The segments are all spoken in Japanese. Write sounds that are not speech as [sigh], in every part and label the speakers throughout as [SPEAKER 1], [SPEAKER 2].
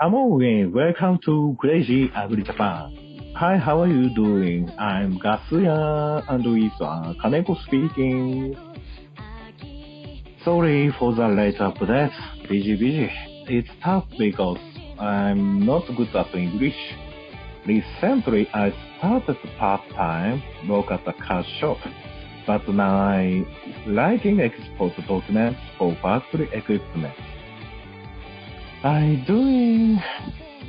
[SPEAKER 1] Hello and welcome to Crazy Agri Japan. Hi, how are you doing? I'm Gasuya and it's uh, Kaneko speaking. Sorry for the late update. Busy, busy. It's tough because I'm not good at English. Recently, I started part-time work at a car shop, but now I'm writing export documents for factory equipment. I'm doing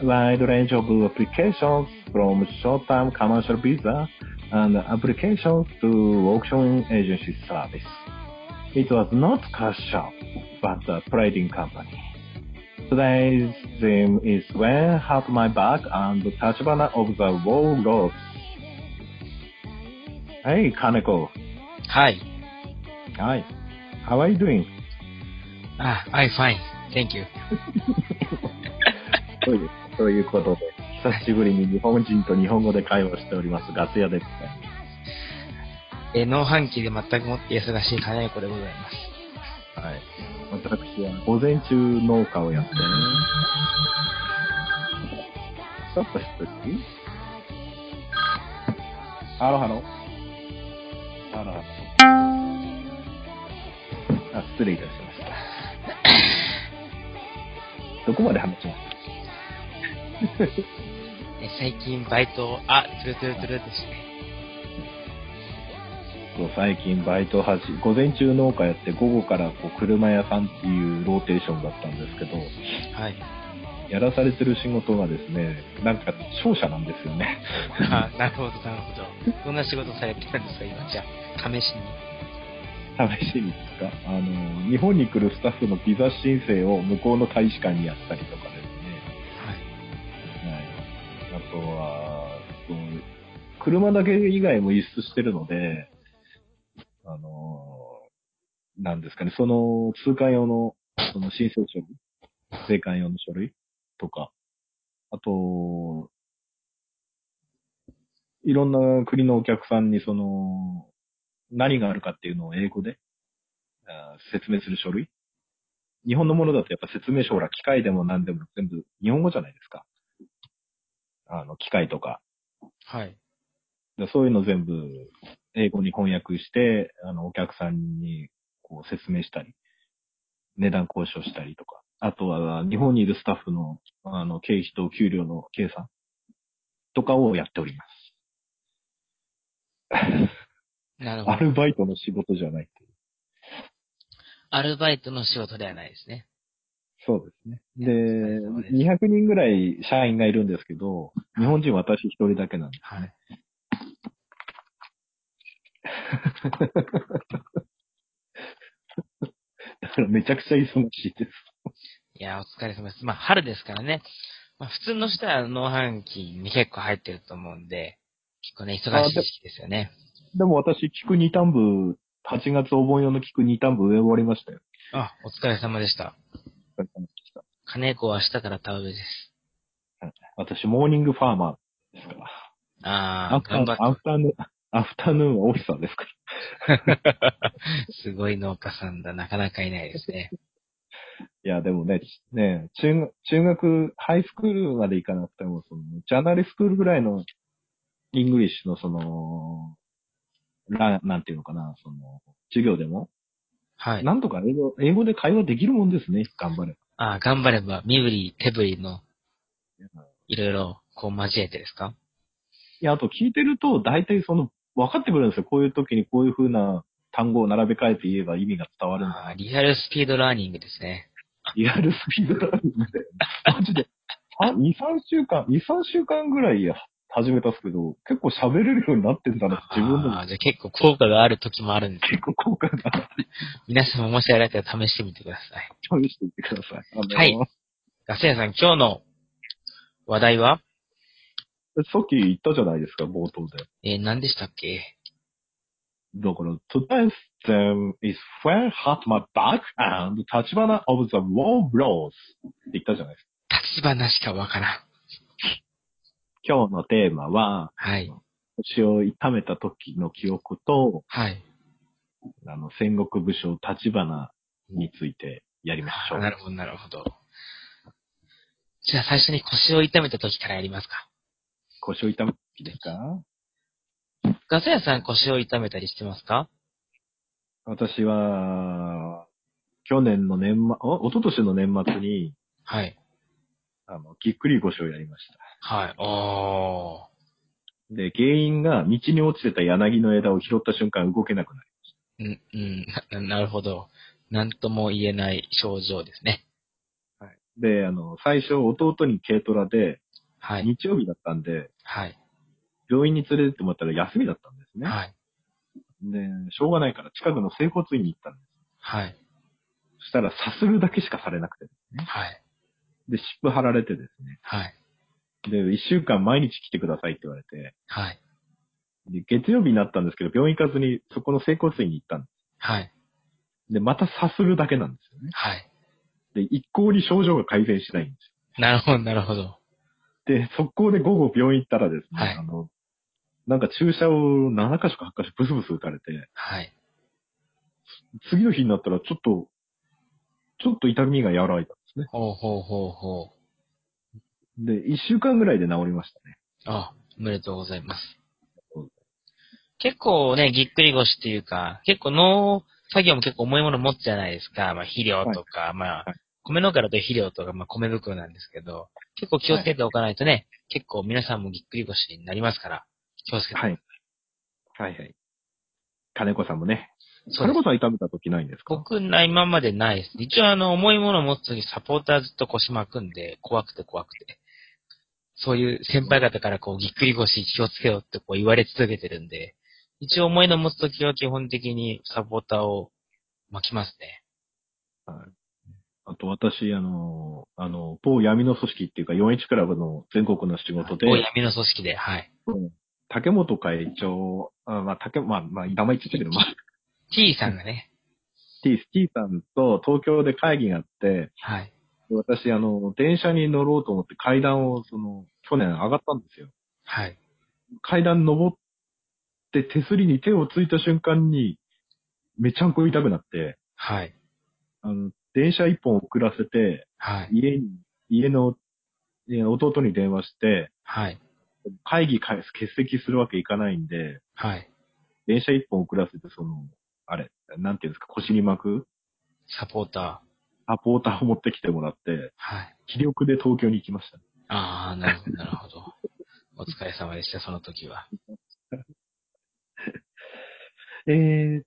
[SPEAKER 1] wide range of applications from short-term commercial visa and applications to auction agency service. It was not car shop, but a trading company. Today's theme is when had my back and Tachibana of the Warlords. Hey, Kaneko.
[SPEAKER 2] Hi.
[SPEAKER 1] Hi. How are you doing?
[SPEAKER 2] Ah, I'm fine. Thank you.
[SPEAKER 1] というということで、久しぶりに日本人と日本語で会話しております、ガス屋ですね。
[SPEAKER 2] えー、農繁期で全くもって忙しい金子でございます。
[SPEAKER 1] はい。私は午前中農家をやって、ちょっと失礼。ハロハロ。ハロハロ。あ、失礼いたしました。どこまで話しました
[SPEAKER 2] えー最近バイトを、あ、トゥルトゥルトゥルですね。
[SPEAKER 1] そう最近バイト始め午前中農家やって午後からこう車屋さんっていうローテーションだったんですけど
[SPEAKER 2] はい。 [laughs]
[SPEAKER 1] やらされてる仕事がですねなんか商社なんですよね
[SPEAKER 2] あ、なるほど、なるほど。どんな仕事されてるんですか、今。じゃあ、試しに。
[SPEAKER 1] 試しにですかあの日本に来るスタッフのビザ申請を向こうの大使館にやったりとかですね、
[SPEAKER 2] はい。
[SPEAKER 1] はい、あとはそう車だけ以外も輸出してるのであのなんですかねその通関用のその申請書類税関用の書類とか、あと、いろんな国のお客さんにその、何があるかっていうのを英語であー説明する書類。日本のものだとやっぱ説明書ほら、機械でも何でも全部日本語じゃないですか。あの、機械とか。
[SPEAKER 2] はい。
[SPEAKER 1] でそういうの全部英語に翻訳して、あの、お客さんにこう説明したり、値段交渉したりとか、あとは日本にいるスタッフの、あの、経費と給料の計算とかをやっております。
[SPEAKER 2] なるほ
[SPEAKER 1] ア
[SPEAKER 2] ど。
[SPEAKER 1] ルバイトの仕事じゃないっていう。
[SPEAKER 2] アルバイトの仕事ではないですね。
[SPEAKER 1] そうです
[SPEAKER 2] ねそうです
[SPEAKER 1] ね。で、200人ぐらい社員がいるんですけど、日本人私一人だけなんで。
[SPEAKER 2] はい。
[SPEAKER 1] だからめちゃくちゃ忙しいです。
[SPEAKER 2] いや、お疲れ様です。まあ、春ですからね。まあ、普通の人は農繁期に結構入ってると思うんで、結構ね、忙しい時期ですよね。
[SPEAKER 1] でも私、菊二端部、8月お盆用の菊二端部上終わりましたよ。
[SPEAKER 2] あ、お疲れ様でした。
[SPEAKER 1] お疲れ様でした
[SPEAKER 2] 金子は明日から田植えです。
[SPEAKER 1] 私、モーニングファーマーですから。
[SPEAKER 2] あ
[SPEAKER 1] アフ
[SPEAKER 2] あ、
[SPEAKER 1] タ
[SPEAKER 2] 頑張って
[SPEAKER 1] アフタヌーン、アフタヌーンはオフィサーですか
[SPEAKER 2] すごい農家さんだ。なかなかいないで
[SPEAKER 1] [laughs]
[SPEAKER 2] すね。
[SPEAKER 1] ら。いや、でもね、ね、中、中学、ハイスクールまで行かなくても、その、ジャーナリスクールぐらいの、イングリッシュのその、ら、なんていうのかな、その、授業でも、
[SPEAKER 2] はい。
[SPEAKER 1] なんとか英語、英語で会話できるもんですね、頑張れば。
[SPEAKER 2] ああ、頑張れば、身振り、手振りの、いろいろ、こう交えてですか
[SPEAKER 1] いや、あと聞いてると、大体その、分かってくるんですよ。こういう時にこういう風な単語を並べ替えて言えば意味が伝わるんだ
[SPEAKER 2] [laughs] ああ、リアルスピードラーニングですね。
[SPEAKER 1] リアルスピードランニングで。マジで。あ、2、3週間、2、3週間ぐらいや始めたんですけど、結構喋れるようになってんだな、自分で
[SPEAKER 2] あ
[SPEAKER 1] も
[SPEAKER 2] あ、じゃあ結構効果がある時もあるんで、
[SPEAKER 1] 結構効果があった
[SPEAKER 2] 皆さんももしあれだったら試してみてください。
[SPEAKER 1] りしてみてください。あの
[SPEAKER 2] はいガス屋さん、今日の話題は、
[SPEAKER 1] さっき言ったじゃないですか、冒頭で。
[SPEAKER 2] えー、何でしたっけ
[SPEAKER 1] だから、today's theme is when had my back and 立花 of the war blows って言ったじゃないですか。
[SPEAKER 2] 立花しかわからん。
[SPEAKER 1] 今日のテーマは、
[SPEAKER 2] はい。
[SPEAKER 1] 腰を痛めた時の記憶と、
[SPEAKER 2] はい。
[SPEAKER 1] あの、戦国武将立花についてやりましょ
[SPEAKER 2] あ
[SPEAKER 1] う。
[SPEAKER 2] なるほど、なるほど。じゃあ最初に腰を痛めた時からやりますか。
[SPEAKER 1] 腰を痛めるですか
[SPEAKER 2] ガサヤさん腰を痛めたりしてますか
[SPEAKER 1] 私は、去年の年末、お、一昨年の年末に、
[SPEAKER 2] はい。
[SPEAKER 1] あの、ぎっくり腰をやりました。
[SPEAKER 2] はい。お
[SPEAKER 1] で、原因が道に落ちてた柳の枝を拾った瞬間動けなくなり
[SPEAKER 2] ー。うん、うん [laughs] な、なるほど。なんとも言えない症状ですね。
[SPEAKER 1] ました。で、あの、最初弟に軽トラで、
[SPEAKER 2] はい。
[SPEAKER 1] 日曜日だったんで、
[SPEAKER 2] はい。
[SPEAKER 1] 病院に連れてってもらったら休みだったんですね。
[SPEAKER 2] はい。
[SPEAKER 1] で、しょうがないから近くの整骨院に行ったんです。
[SPEAKER 2] はい。
[SPEAKER 1] そしたら、さするだけしかされなくて。
[SPEAKER 2] はい。
[SPEAKER 1] で、湿布貼られてですね。
[SPEAKER 2] はい。
[SPEAKER 1] で、一週間毎日来てくださいって言われて、
[SPEAKER 2] はい。
[SPEAKER 1] で、月曜日になったんですけど、病院行かずに、そこの整骨院に行ったんで
[SPEAKER 2] はい。
[SPEAKER 1] す。で、またさするだけなんですよね。
[SPEAKER 2] はい。
[SPEAKER 1] で、一向に症状が改善しないんです
[SPEAKER 2] なるほど、なるほど。
[SPEAKER 1] よ。で、速攻で午後病院行ったらですね、
[SPEAKER 2] はい
[SPEAKER 1] あの、なんか注射を7箇所か8箇所ブスブス打たれて、
[SPEAKER 2] はい。
[SPEAKER 1] 次の日になったらちょっと、ちょっと痛みが和らいだんですね。
[SPEAKER 2] ほうほうほうほう。
[SPEAKER 1] で、一週間ぐらいで治りましたね。
[SPEAKER 2] あ、おめでとうございます
[SPEAKER 1] うん。
[SPEAKER 2] 結構ね、ぎっくり腰っていうか、結構農作業も結構重いもの持つじゃないですか。まあ、肥料とか、まあ
[SPEAKER 1] はい、
[SPEAKER 2] 米農家だと肥料とか、まあ、米袋なんですけど、結構気をつけておかないとね、結構皆さんもぎっくり腰になりますから、気をつけて。
[SPEAKER 1] はい。はいはい。金子さんもね。
[SPEAKER 2] そ
[SPEAKER 1] 金
[SPEAKER 2] うです
[SPEAKER 1] 子さん痛めた時ないんですか
[SPEAKER 2] 僕な、今までないです。一応あの、重いものを持つときサポーターずっと腰巻くんで、怖くて怖くて。そういう先輩方からこう、ぎっくり腰気をつけよってこう言われ続けてるんで、一応重いの持つときは基本的にサポーターを巻きますね。
[SPEAKER 1] あと私、あの、あの、某闇の組織っていうか、41クラブの全国の仕事で
[SPEAKER 2] こ、う闇の組織で、はい。
[SPEAKER 1] 竹本会長、あまあ、竹、まあ、まあ、名前言っちゃったけど、まあ、
[SPEAKER 2] T さんがね、
[SPEAKER 1] T、T さんと東京で会議があって、
[SPEAKER 2] はい。
[SPEAKER 1] 私、あの、電車に乗ろうと思って階段を、その、去年上がったんですよ。
[SPEAKER 2] はい。
[SPEAKER 1] 階段登って手すりに手をついた瞬間に、めちゃんこ痛くなって、
[SPEAKER 2] はい。
[SPEAKER 1] あの、電車一本遅らせて、
[SPEAKER 2] はい。
[SPEAKER 1] 家に、家の、え弟に電話して、
[SPEAKER 2] はい。
[SPEAKER 1] 会議か欠席するわけいかないんで、
[SPEAKER 2] はい。
[SPEAKER 1] 電車一本遅らせて、その、あれ、なんていうんですか、腰に巻く
[SPEAKER 2] サポーター。
[SPEAKER 1] サポーターを持ってきてもらって、
[SPEAKER 2] はい。
[SPEAKER 1] 気力で東京に行きました。
[SPEAKER 2] ああ、なるほど、なるほど。お疲れ様でした、その時は。
[SPEAKER 1] えーっ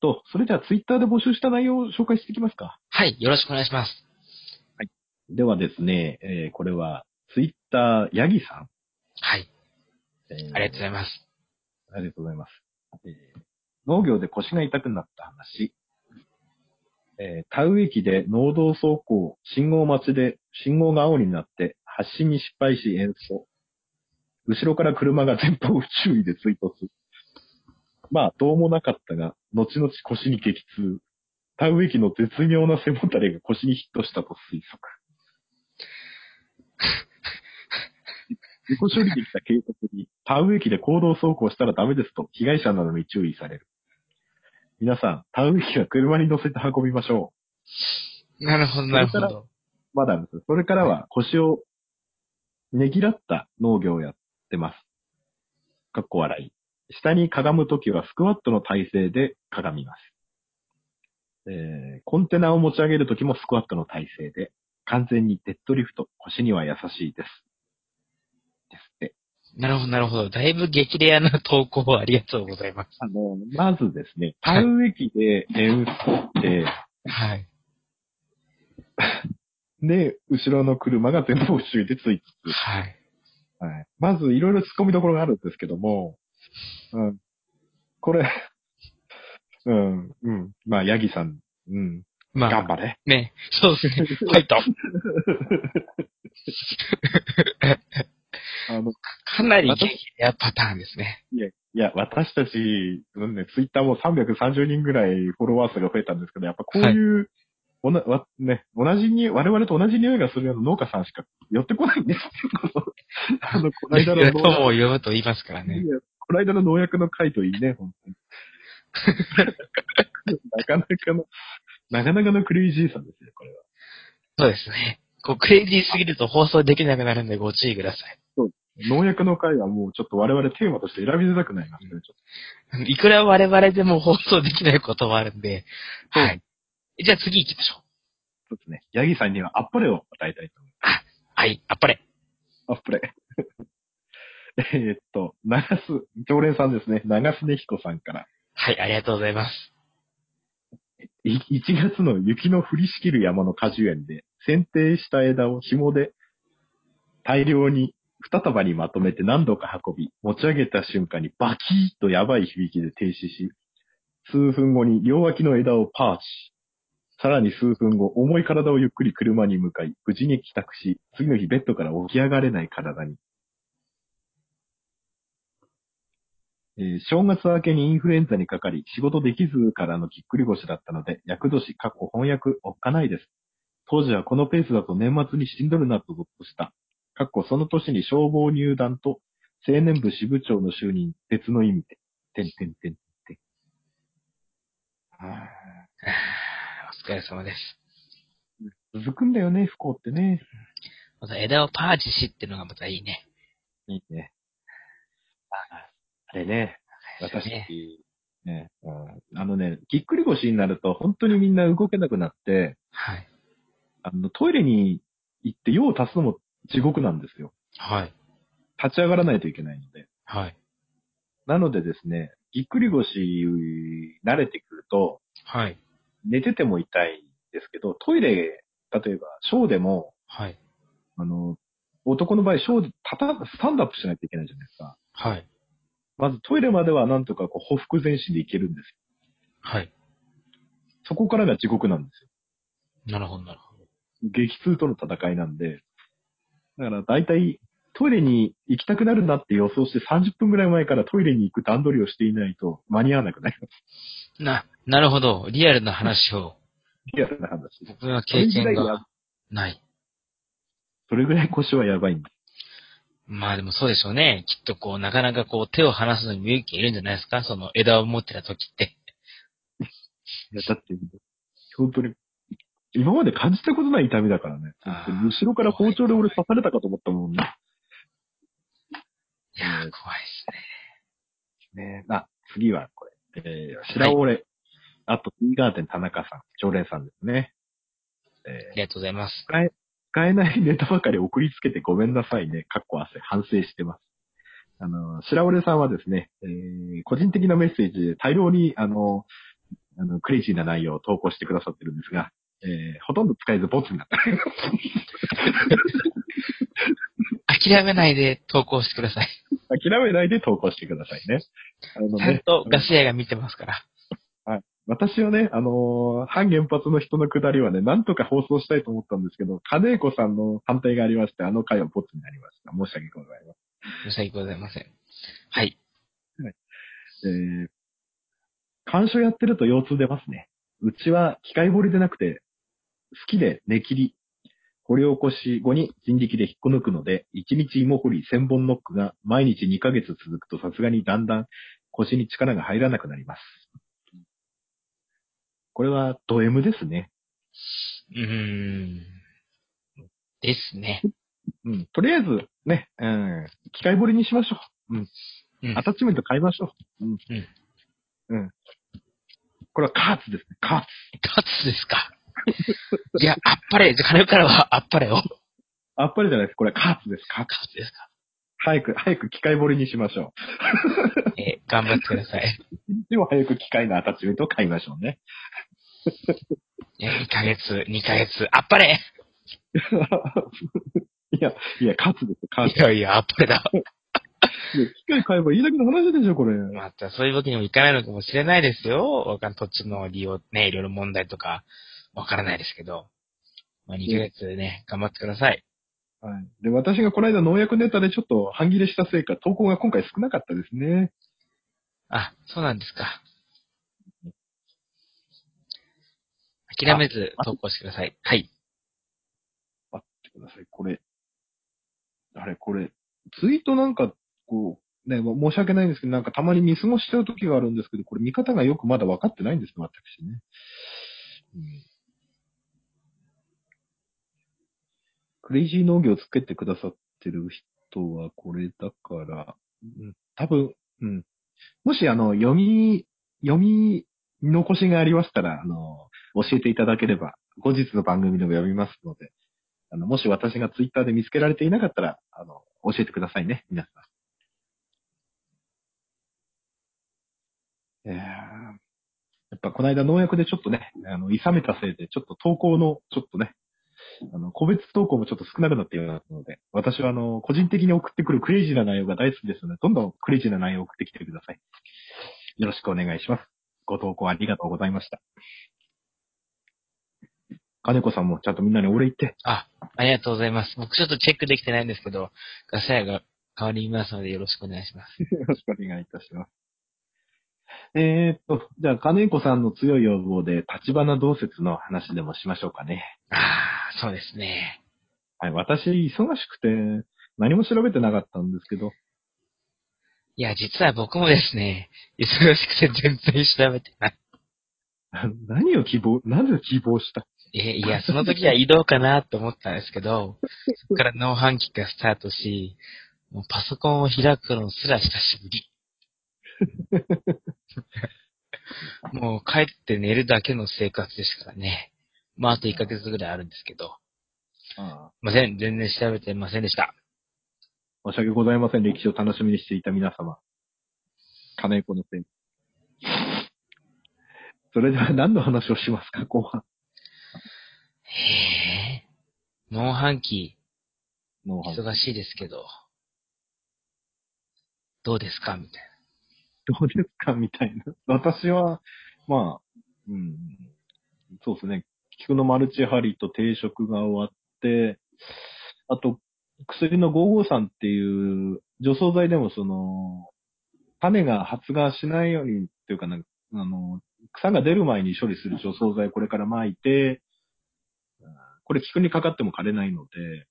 [SPEAKER 1] と、それではツイッターで募集した内容を紹介していきますか。
[SPEAKER 2] はい、よろしくお願いします。
[SPEAKER 1] ではですね、えーこれは、ツイッター、ヤギさん。
[SPEAKER 2] はい。
[SPEAKER 1] えー
[SPEAKER 2] ありがとうございます。
[SPEAKER 1] ありがとうございます。えー農業で腰が痛くなった話。えー田植え機で農道走行、信号待ちで信号が青になって発進に失敗し演奏。後ろから車が前方不注意で追突。まあ、どうもなかったが、後々腰に激痛。田植え機の絶妙な背もたれが腰にヒットしたと推測。自己処理できた警察に、田植え機で行動走行したらダメですと、被害者などに注意される。皆さん、田植え機は車に乗せて運びましょ
[SPEAKER 2] なるほど、なるほ
[SPEAKER 1] そ
[SPEAKER 2] ど。
[SPEAKER 1] う。まだです。それからは腰をねぎらった農業をやってます。かっこ笑い。下にかがむときはスクワットの体勢でかがみます。えーコンテナを持ち上げるときもスクワットの体勢で、完全にデッドリフト、腰には優しいです。ですって。
[SPEAKER 2] なるほど、なるほど。だいぶ激レアな投稿をありがとうございま
[SPEAKER 1] あの、まずですね、田植え機で演奏って、
[SPEAKER 2] す。はい。
[SPEAKER 1] で、後ろの車が前方周でついつ
[SPEAKER 2] はい。
[SPEAKER 1] つ、はい、まずいろいろ突っ込みどころがあるんですけども、うん、これ、うん、うん、まあ、ヤギさん、うん、
[SPEAKER 2] ま
[SPEAKER 1] 頑
[SPEAKER 2] あ、
[SPEAKER 1] 張れ。
[SPEAKER 2] ね、そうですね。ファイト。
[SPEAKER 1] あの、
[SPEAKER 2] かなり激レアパターンですね。
[SPEAKER 1] いや、いや、私たち、うんね、ツイッターも330人ぐらいフォロワー数が増えたんですけど、やっぱこういう、おな、わ、ね、同じに、我々と同じ匂いがするような農家さんしか寄ってこないんですよ。 [laughs] あの、この
[SPEAKER 2] [laughs]
[SPEAKER 1] 間の農
[SPEAKER 2] 友
[SPEAKER 1] 家
[SPEAKER 2] を呼ぶと言いますからね
[SPEAKER 1] い。や、この間の農薬の回といいね、本当に。 [laughs] なかなかの、なかなかのクレイジーさですよ、これは。
[SPEAKER 2] そうですね。こう、クレイジーすぎると放送できなくなるんでご注意くださ
[SPEAKER 1] 農薬の回はもうちょっと我々テーマとして選びづらくなりますね。ちょっ
[SPEAKER 2] い。いくら我々でも放送できないことはあるんで、
[SPEAKER 1] そう
[SPEAKER 2] はい。じゃあ次行きましょ
[SPEAKER 1] と
[SPEAKER 2] う。
[SPEAKER 1] ですね、ヤギさんにはアップレを与えたいと思い
[SPEAKER 2] はい、あっぱれ。
[SPEAKER 1] ます。アップレ。 [laughs] えーっと、長須、常連さんですね、長須根彦さんから。
[SPEAKER 2] はい、ありがとうございます。
[SPEAKER 1] い1月の雪の降りしきる山の果樹園で、剪定した枝を紐で大量に2束にまとめて何度か運び、持ち上げた瞬間にバキーッとやばい響きで停止し、数分後に両脇の枝をパーチ。さらに数分後、重い体をゆっくり車に向かい、無事に帰宅し、次の日ベッドから起き上がれない体に。えー正月明けにインフルエンザにかかり、仕事できずからのぎっくり腰だったので、厄年、過去翻訳、おっかないです。当時はこのペースだと年末にしんどるなとゾッとした。過去その年に消防入団と青年部支部長の就任、別の意味で。てんてんてんてん。あ
[SPEAKER 2] お疲れ様です。
[SPEAKER 1] ー続くんだよね、不幸ってね。
[SPEAKER 2] また枝をパーチしってのがまたいいね。
[SPEAKER 1] いいね。ああれね、私、
[SPEAKER 2] ね
[SPEAKER 1] ね、うん、あのね、ぎっくり腰になると本当にみんな動けなくなって、
[SPEAKER 2] はい。
[SPEAKER 1] あの、トイレに行って用を足すのも地獄なんですよ。
[SPEAKER 2] はい。
[SPEAKER 1] 立ち上がらないといけないので。
[SPEAKER 2] はい。
[SPEAKER 1] なのでですね、ぎっくり腰慣れてくると、
[SPEAKER 2] はい。
[SPEAKER 1] 寝てても痛いんですけど、トイレ、例えば、ショーでも、
[SPEAKER 2] はい。
[SPEAKER 1] あの、男の場合、ショーで立た、スタンドアップしないといけないじゃないですか。
[SPEAKER 2] はい。
[SPEAKER 1] まずトイレまではなんとかこう、匍匐前進で行けるんですよ
[SPEAKER 2] はい。
[SPEAKER 1] そこからが地獄なんですよ。
[SPEAKER 2] なるほど、なるほど。
[SPEAKER 1] 激痛との戦いなんで、だから大体トイレに行きたくなるなって予想して30分ぐらい前からトイレに行く段取りをしていないと間に合わなくなります。
[SPEAKER 2] な、なるほど。リアルな話を。
[SPEAKER 1] リアルな話です。
[SPEAKER 2] 僕は経
[SPEAKER 1] それ
[SPEAKER 2] 験
[SPEAKER 1] ぐらいや
[SPEAKER 2] がない。
[SPEAKER 1] それぐらい腰はやばいんで
[SPEAKER 2] まあでもそうでしょうね。きっとこう、なかなかこう、手を離すのに勇気がいるんじゃないですかその枝を持ってた時って。
[SPEAKER 1] す。いやだって、本当に、今まで感じたことない痛みだからね。
[SPEAKER 2] あー
[SPEAKER 1] 本当に後ろから包丁で俺刺されたかと思ったもんね。
[SPEAKER 2] いやー、怖い
[SPEAKER 1] うん
[SPEAKER 2] ですね。
[SPEAKER 1] ねあ、次はこれ。えー、白俺、あと、ピーガーデン田中さん、常連さんですね。えー
[SPEAKER 2] ありがとうございます。
[SPEAKER 1] 使えないネタばかり送りつけてごめんなさいね。かっこ汗。反省してます。あの、白折さんはですね、えー個人的なメッセージで大量に、あの、あのクレイジーな内容を投稿してくださってるんですが、えーほとんど使えずボツになった。 [laughs]
[SPEAKER 2] 諦めないで投稿してください。
[SPEAKER 1] 諦めないで投稿してくださいね。あの
[SPEAKER 2] ちゃん
[SPEAKER 1] ね、
[SPEAKER 2] とガス屋が見てますから。
[SPEAKER 1] 私はね、あのー反原発の人のくだりはね、なんとか放送したいと思ったんですけど、金子さんの反対がありまして、あの回はボツになりました。申し訳ございません。
[SPEAKER 2] 申し訳ございません。はい。
[SPEAKER 1] えー、鑑賞やってると腰痛出ますね。うちは機械掘りでなくて、好きで根切り。掘り起こし後に人力で引っこ抜くので、1日芋掘り1000本ノックが毎日2ヶ月続くとさすがにだんだん腰に力が入らなくなります。これはド M ですね。
[SPEAKER 2] うーん。ですね。
[SPEAKER 1] うん。とりあえず、ね、うん。機械掘りにしましょう。うん。
[SPEAKER 2] うん
[SPEAKER 1] アタッチメント買いましょう。うん。うん。うん。これはカーツですね。カーツ。
[SPEAKER 2] カツですか。いや、あっぱれ。じゃあ、金からはあっぱれを。カ
[SPEAKER 1] あっぱれじゃないです。これカーツです。カーツ
[SPEAKER 2] ツですか。
[SPEAKER 1] 早く、早く機械掘りにしましょ
[SPEAKER 2] えー頑張ってください。
[SPEAKER 1] う。でも早く機械のアタッチメントを買いましょうね。 [laughs]
[SPEAKER 2] え2ヶ月、2ヶ月、あっぱれ
[SPEAKER 1] いや、いや、勝つですよ、勝
[SPEAKER 2] いやいや、あっぱれだ。
[SPEAKER 1] つ。いや機械買えばいいだけの話でしょ、これ。
[SPEAKER 2] また、そういうわけにもいかないのかもしれないですよ。わかん、土地の利用、ね、いろいろ問題とか、わからないですけど。まあ、2ヶ月ね、頑張ってください。
[SPEAKER 1] はい。で、私がこの間農薬ネタでちょっと半切れしたせいか、投稿が今回少なかったですね。
[SPEAKER 2] あ、そうなんですか。諦めず投稿してください。はい。
[SPEAKER 1] 待ってください、これ。あれ、これ、ツイートなんか、こう、ね、申し訳ないんですけど、なんかたまに見過ごしちゃう時があるんですけど、これ見方がよくまだ分かってないんですね、私ね。うんクレイジー農業をつけてくださってる人はこれだから、うん多分、うん。もしあの、読み、読み残しがありましたら、あの、教えていただければ、後日の番組でも読みますので、あの、もし私がツイッターで見つけられていなかったら、あの、教えてくださいね、皆さん。いやーやっぱこの間農薬でちょっとね、あの、いさめたせいで、ちょっと投稿の、ちょっとね、あの、個別投稿もちょっと少なくなっていますので、私はあの、個人的に送ってくるクレイジーな内容が大好きですので、どんどんクレイジーな内容を送ってきてください。よろしくお願いします。ご投稿ありがとうございました。金子さんもちゃんとみんなにお礼言って。
[SPEAKER 2] あ、ありがとうございます。僕ちょっとチェックできてないんですけど、ガサヤが代わりにいますのでよろしくお願いします。
[SPEAKER 1] よろしくお願いいたします。えーっと、じゃあ、金子さんの強い要望で、立花同説の話でもしましょうかね。
[SPEAKER 2] ああ、そうですね。
[SPEAKER 1] はい、私、忙しくて、何も調べてなかったんですけど、 [laughs]
[SPEAKER 2] いや、実は僕もですね、忙しくて全然調べてない。
[SPEAKER 1] 何を希望、なぜ希望した
[SPEAKER 2] え、い [laughs] や、その時は移動かなと思ったんですけど、そこから農飯器がスタートし、もうパソコンを開くのすら久しぶ [laughs] り。もう帰って寝るだけの生活ですからね。まあ、あと1ヶ月ぐらいあるんですけど、
[SPEAKER 1] ああ
[SPEAKER 2] ません、全然調べてませんでした。
[SPEAKER 1] 申し訳ございません。歴史を楽しみにしていた皆様。金子のせい。それでは何の話をしますか、後半。
[SPEAKER 2] へえ。農飯器、
[SPEAKER 1] のお話
[SPEAKER 2] 忙しいですけど、どうですかみたいな。
[SPEAKER 1] どうですか [laughs] みたいな。私は、まあ、うん、そうですね。菊のマルチハリと定食が終わって、あと、薬の553っていう、除草剤でもその、種が発芽しないようにっていうかなんか、あの、草が出る前に処理する除草剤これから撒いて、うんこれ菊にかかっても枯れないので、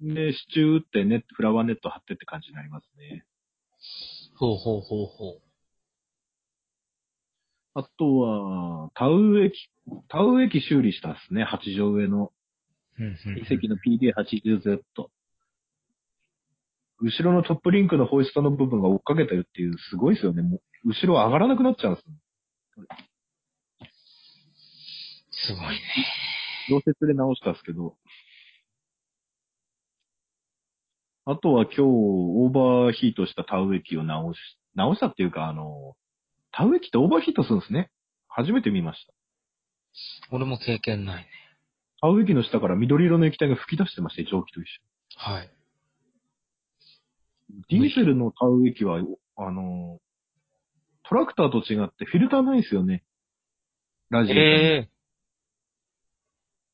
[SPEAKER 1] で、支柱打ってね、フラワーネット張ってって感じになりますね。
[SPEAKER 2] ほうほうほうほう。
[SPEAKER 1] あとは、田植え機、田植え機修理したんですね。八条上の。
[SPEAKER 2] うんうんうん
[SPEAKER 1] 遺跡の PD80Z。後ろのトップリンクのホイストの部分が追っかけてるっていう、すごいですよね。もう後ろ上がらなくなっちゃうんですよ。
[SPEAKER 2] すごいね。
[SPEAKER 1] 溶接で直したんですけど。あとは今日、オーバーヒートした田植え機を直し、直したっていうか、あの、田植え機ってオーバーヒートするんですね。初めて見ました。
[SPEAKER 2] 俺も経験ないね。
[SPEAKER 1] 田植え機の下から緑色の液体が吹き出してまして、蒸気と一緒に
[SPEAKER 2] はい。
[SPEAKER 1] ディーゼルの田植え機は、あの、トラクターと違ってフィルターないんですよね。ラジオ。
[SPEAKER 2] ええ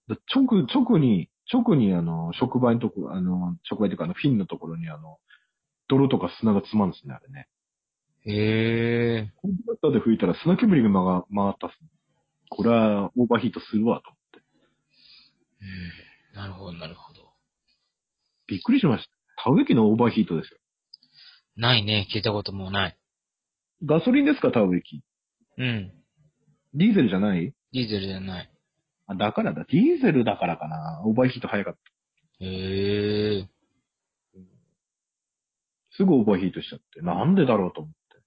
[SPEAKER 1] だ直、直に、直にあの、触媒のとこ、あの、触媒というかあの、フィンのところにあの、泥とか砂が詰まるんですね、あれね。
[SPEAKER 2] ええ
[SPEAKER 1] コンピューターで吹いたら砂煙が回回ったっすね。これはオーバーヒートするわ、と。
[SPEAKER 2] うんなるほど、なるほど。
[SPEAKER 1] びっくりしました。田植え機のオーバーヒートですよ。
[SPEAKER 2] ないね。聞いたこともない。
[SPEAKER 1] ガソリンですか、田植え機。
[SPEAKER 2] うん。
[SPEAKER 1] ディーゼルじゃない
[SPEAKER 2] ディーゼルじゃない。
[SPEAKER 1] あ、だからだ。ディーゼルだからかな。オーバーヒート早かった。
[SPEAKER 2] ええ
[SPEAKER 1] すぐオーバーヒートしちゃって、なんでだろうと思って。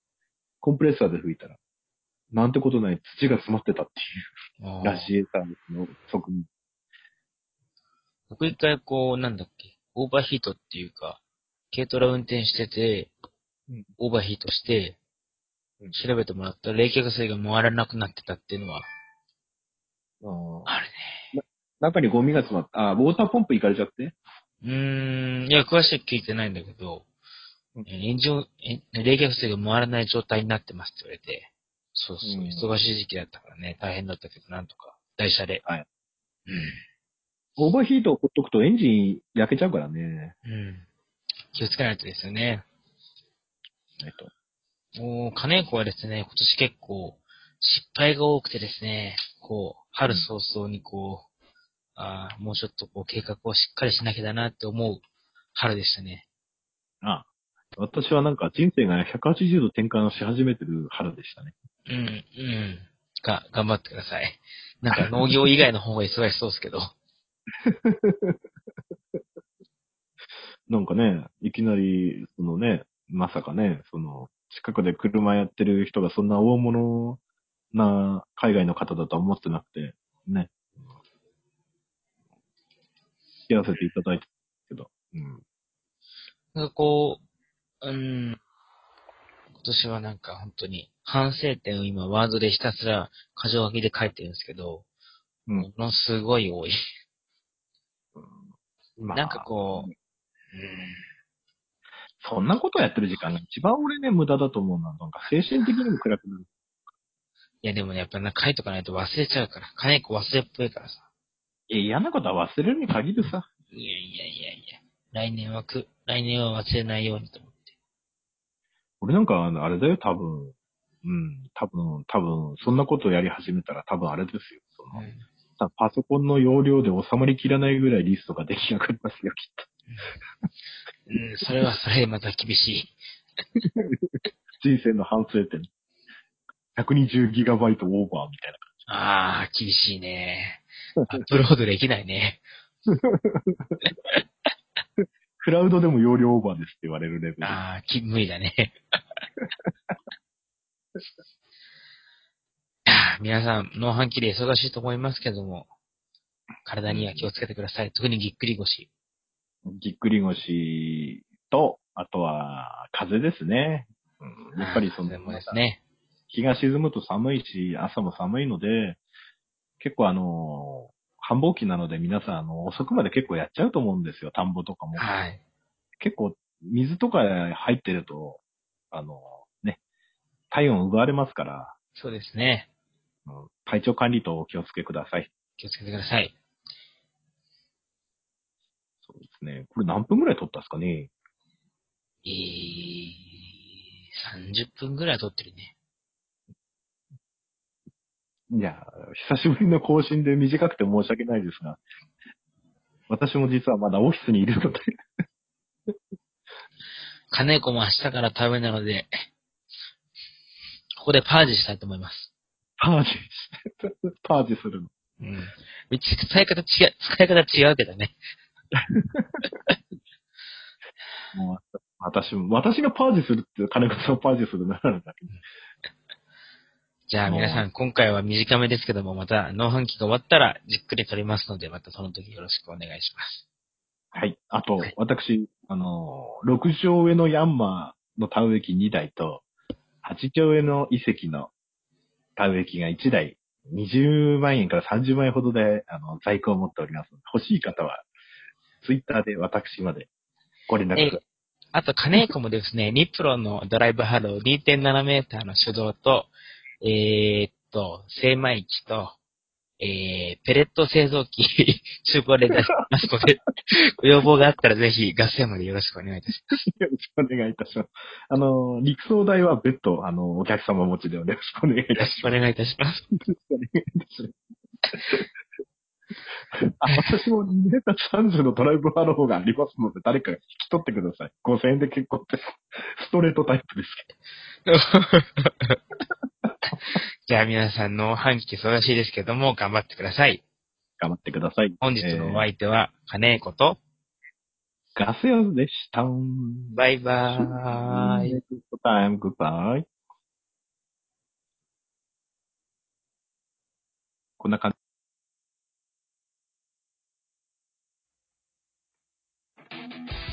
[SPEAKER 1] コンプレッサーで吹いたら、なんてことない土が詰まってたって
[SPEAKER 2] あ
[SPEAKER 1] いう、
[SPEAKER 2] あ
[SPEAKER 1] ラシエさんの側面。
[SPEAKER 2] 僕一回こう、なんだっけ、オーバーヒートっていうか、軽トラ運転してて、
[SPEAKER 1] うん
[SPEAKER 2] オーバーヒートして
[SPEAKER 1] うん、
[SPEAKER 2] 調べてもらったら冷却水が回らなくなってたっていうのは、
[SPEAKER 1] あー
[SPEAKER 2] ある
[SPEAKER 1] 中にゴミが詰まった。あー、ウォーターポンプ行かれちゃって。
[SPEAKER 2] ね。うーん、いや、詳しく聞いてないんだけど、
[SPEAKER 1] うん
[SPEAKER 2] え炎上、え冷却水が回らない状態になってますって言われて、そうそう、
[SPEAKER 1] うん
[SPEAKER 2] 忙しい時期だったからね、大変だったけど、なんとか、台車で。
[SPEAKER 1] はい。
[SPEAKER 2] う
[SPEAKER 1] オーバーヒートをほっとくとエンジン焼けちゃうからね。
[SPEAKER 2] ん。うん。気をつけないとですよね。
[SPEAKER 1] えっと、
[SPEAKER 2] もう、金子はですね、今年結構、失敗が多くてですね、こう、春早々にこう、ああ、もうちょっとこう、計画をしっかりしなきゃだなって思う春でしたね。
[SPEAKER 1] あ私はなんか人生が180度転換し始めてる春でしたね。
[SPEAKER 2] うん、うん。が、頑 [laughs] 張ってください。なんか農業以外の方が忙しそうですけど。
[SPEAKER 1] なんかね、いきなり、そのね、まさかね、その、近くで車やってる人がそんな大物な海外の方だとは思ってなくて、ね。付き合わせていただいたけど、うん。
[SPEAKER 2] なんかこう、うん、今年はなんか本当に反省点を今ワードでひたすら箇条書きで書いてるんですけど、
[SPEAKER 1] うん
[SPEAKER 2] ものすごい多い。
[SPEAKER 1] まあ
[SPEAKER 2] なんかこう、
[SPEAKER 1] そんなことやってる時間が一番俺ね、無駄だと思うな。なんか精神的にも暗くなる。
[SPEAKER 2] いやでもね、やっぱり書いとかないと忘れちゃうから、書かない子忘れっぽいからさ。
[SPEAKER 1] え、嫌なことは忘れるに限るさ。
[SPEAKER 2] いやいやいやいや、来年はく、来年は忘れないようにと思って。
[SPEAKER 1] 俺なんか、あのあれだよ、多分。うん、多分、多分、そんなことやり始めたら多分あれですよ。そのさパソコンの容量で収まりきらないぐらいリストが出来上がりますよ、きっ
[SPEAKER 2] うん、うん、それはそれでまた厳しい。
[SPEAKER 1] と。人生の反省点。120ギガバイトオーバーみたいな。
[SPEAKER 2] ああ、厳し
[SPEAKER 1] [laughs]
[SPEAKER 2] いね。アップロードできないね。
[SPEAKER 1] クラウドでも容量オーバーですって言われるレベル。
[SPEAKER 2] ああ、き、無理だね。 [laughs] あー皆さん、ノーハンキで忙しいと思いますけども、体には気をつけてください。特にぎっくり腰。
[SPEAKER 1] ぎっくり腰と、あとは、風ですね。うん、やっぱりその
[SPEAKER 2] で、もですね。
[SPEAKER 1] 日が沈むと寒いし、朝も寒いので、結構あのー繁忙期なので皆さん、あの、遅くまで結構やっちゃうと思うんですよ、田んぼとかも。
[SPEAKER 2] はい。
[SPEAKER 1] 結構、水とか入ってると、あのーね、体温奪われますから、
[SPEAKER 2] そうですね。
[SPEAKER 1] うん体調管理とお気をつけください。
[SPEAKER 2] 気をつけてください。
[SPEAKER 1] そうですね。これ何分ぐらい取ったんですかね
[SPEAKER 2] えー、30分ぐらい撮ってるね。
[SPEAKER 1] いや、久しぶりの更新で短くて申し訳ないですが、私も実はまだオフィスにいるので、
[SPEAKER 2] 金子も明日から食べなので、ここでパージしたいと思います。
[SPEAKER 1] パージして、パージするの。
[SPEAKER 2] うん。うち使い方違う、使い方違うけどね。
[SPEAKER 1] もう私も、私がパージするって、金子さんをパージするならだけど
[SPEAKER 2] じゃあ皆さん、今回は短めですけども、また、農飯期が終わったら、じっくり撮りますので、またその時よろしくお願いします。
[SPEAKER 1] はい。あと、
[SPEAKER 2] はい
[SPEAKER 1] 私、あのー、6畳上のヤンマーの田植え機2台と、8畳上の遺跡の田植え機が1台、20万円から30万円ほどで、あの、在庫を持っておりますので。欲しい方は、ツイッターで私までご連絡ください。
[SPEAKER 2] あと、金子もですね、 [laughs] ニップロのドライブハロー2.7メーターの手動と、えー、っと、精米機と、えー、ペレット製造機、 [laughs] 中古で出してますので、ご要望があったらぜひ、合戦までよろしくお願いいたします。
[SPEAKER 1] [laughs] よろしくお願いいたします。あのー、陸送代は別途、あのー、お客様持ちでよろしくお願いいた
[SPEAKER 2] よ
[SPEAKER 1] し
[SPEAKER 2] ろしくお願いいたします。
[SPEAKER 1] あ、私も2メーター30のドライブハローがありますので、誰か引き取ってください。5000円で結構です。ストレートタイプです
[SPEAKER 2] じゃあ皆さん、農飯期忙しいですけども、頑張ってください。
[SPEAKER 1] 頑張ってください。
[SPEAKER 2] 本日のお
[SPEAKER 1] え
[SPEAKER 2] 相手は、金子と、
[SPEAKER 1] ーガス屋でした。
[SPEAKER 2] バイバーイ。。
[SPEAKER 1] タイム、グッバイ。こんな感じ。
[SPEAKER 3] 「